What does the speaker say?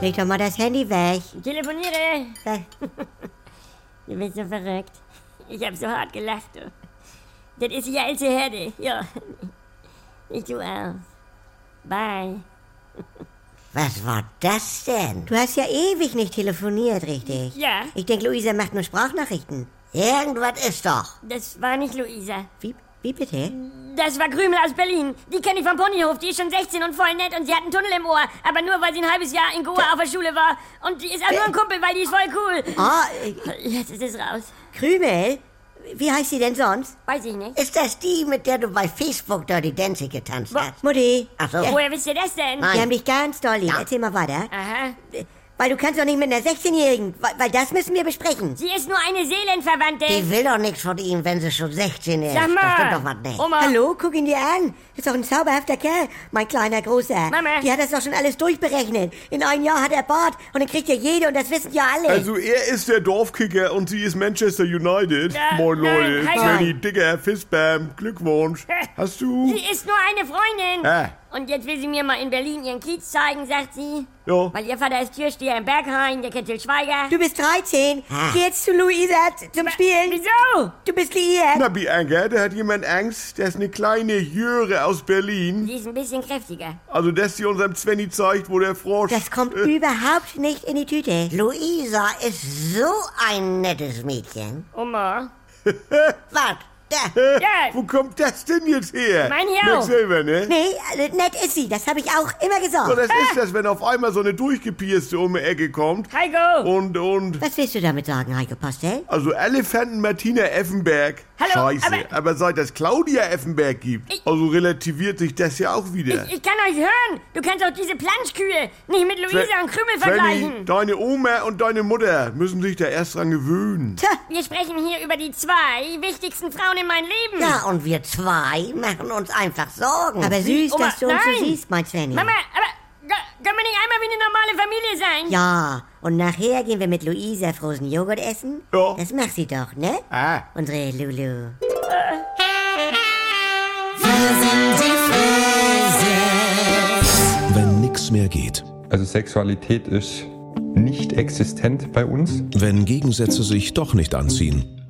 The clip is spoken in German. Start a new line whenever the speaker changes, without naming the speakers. leg doch mal das Handy weg.
Telefoniere!
Da-
Du bist so verrückt. Ich hab so hart gelacht. Du. Das ist die alte Herde. Ja. Ich tu auch. Bye.
Was war das denn?
Du hast ja ewig nicht telefoniert, richtig?
Ja,
Ich denke, Luisa macht nur Sprachnachrichten.
Irgendwas ist doch.
das war nicht Luisa.
Wie, wie bitte?
Das war Krümel aus Berlin. Die kenne ich vom Ponyhof. Die ist schon 16 und voll nett und sie hat einen Tunnel im Ohr. Aber nur, weil sie ein halbes Jahr in Goa auf der Schule war. Und die ist auch nur ein Kumpel, weil die ist voll cool.
Ah, äh,
Jetzt ist es raus.
Krümel? Wie heißt sie denn sonst?
Weiß ich nicht.
Ist das die, mit der du bei Facebook Dirty Dancing getanzt hast?
Mutti,
Ach so.
Woher wisst ihr das denn?
die
Nein.
haben dich ganz doll lieb. Erzähl mal weiter.
Aha.
Weil du kannst doch nicht mit einer 16-Jährigen, weil, weil das müssen wir besprechen.
Sie ist nur eine Seelenverwandte.
Die will doch nichts von ihm, wenn sie schon 16 ist.
Sag
Das stimmt
mal.
doch was nicht.
Oma.
Hallo, guck ihn dir an. Ist doch ein zauberhafter Kerl, mein kleiner Großer.
Mama.
Die hat das doch schon alles durchberechnet. In einem Jahr hat er Bart und dann kriegt ja jede und das wissen ja alle.
Also er ist der Dorfkicker und sie ist Manchester United.
Ja,
Moin
nein,
Leute,
hi.
Svenny, Digger, Fistbam, Glückwunsch. Hast du?
Sie ist nur eine Freundin.
Ah.
Und jetzt will sie mir mal in Berlin ihren Kiez zeigen, sagt sie.
Ja.
Weil ihr Vater ist Türsteher im Berghain, der kennt Til Schweiger.
Du bist 13.
Ah.
Geh jetzt zu Luisa z- zum Spielen.
Wieso?
Du bist liiert.
Na, Bianca, da hat jemand Angst, dass eine kleine Jöre aus Berlin,
Sie ist ein bisschen kräftiger.
also dass sie unserem Svenny zeigt, wo der Frosch...
Das kommt
Äh.
überhaupt nicht in die Tüte.
Luisa ist so ein nettes Mädchen.
Oma.
Was? Da.
Hä?
Ja.
Wo kommt das denn jetzt her?
Mein Hirn.
Merk selber, ne?
Nee, also nett ist sie. Das habe ich auch immer
So,
gesagt.
das ist das, wenn auf einmal so eine durchgepierste um die Ecke kommt
Heiko.
und, und...
Was willst du damit sagen, Heiko Postel?
Also Elefanten Martina Effenberg.
Hallo,
Scheiße.
aber-
Aber, seit es Claudia Effenberg gibt,
Ich-
also relativiert sich das ja auch wieder.
Ich kann euch hören. Du kannst auch diese Planschkühe nicht mit
Sven-
Luisa und Krümel
Svenny,
vergleichen.
deine Oma und deine Mutter müssen sich da erst dran gewöhnen.
Tja,
Wir sprechen hier über die zwei wichtigsten Frauen in meinem Leben.
Ja, und wir zwei machen uns einfach Sorgen.
aber süß,
Oma,
dass du uns
nein.
so siehst, mein Svenny.
Mama, aber gö- können wir nicht einmal wie eine normale Familie sein?
Ja, und nachher gehen wir mit Luisa frozen Joghurt essen?
Ja.
Das macht sie doch, ne?
Ah.
Unsere Lulu.
Wenn nichts mehr geht.
Also Sexualität ist nicht existent bei uns.
Wenn Gegensätze sich doch nicht anziehen.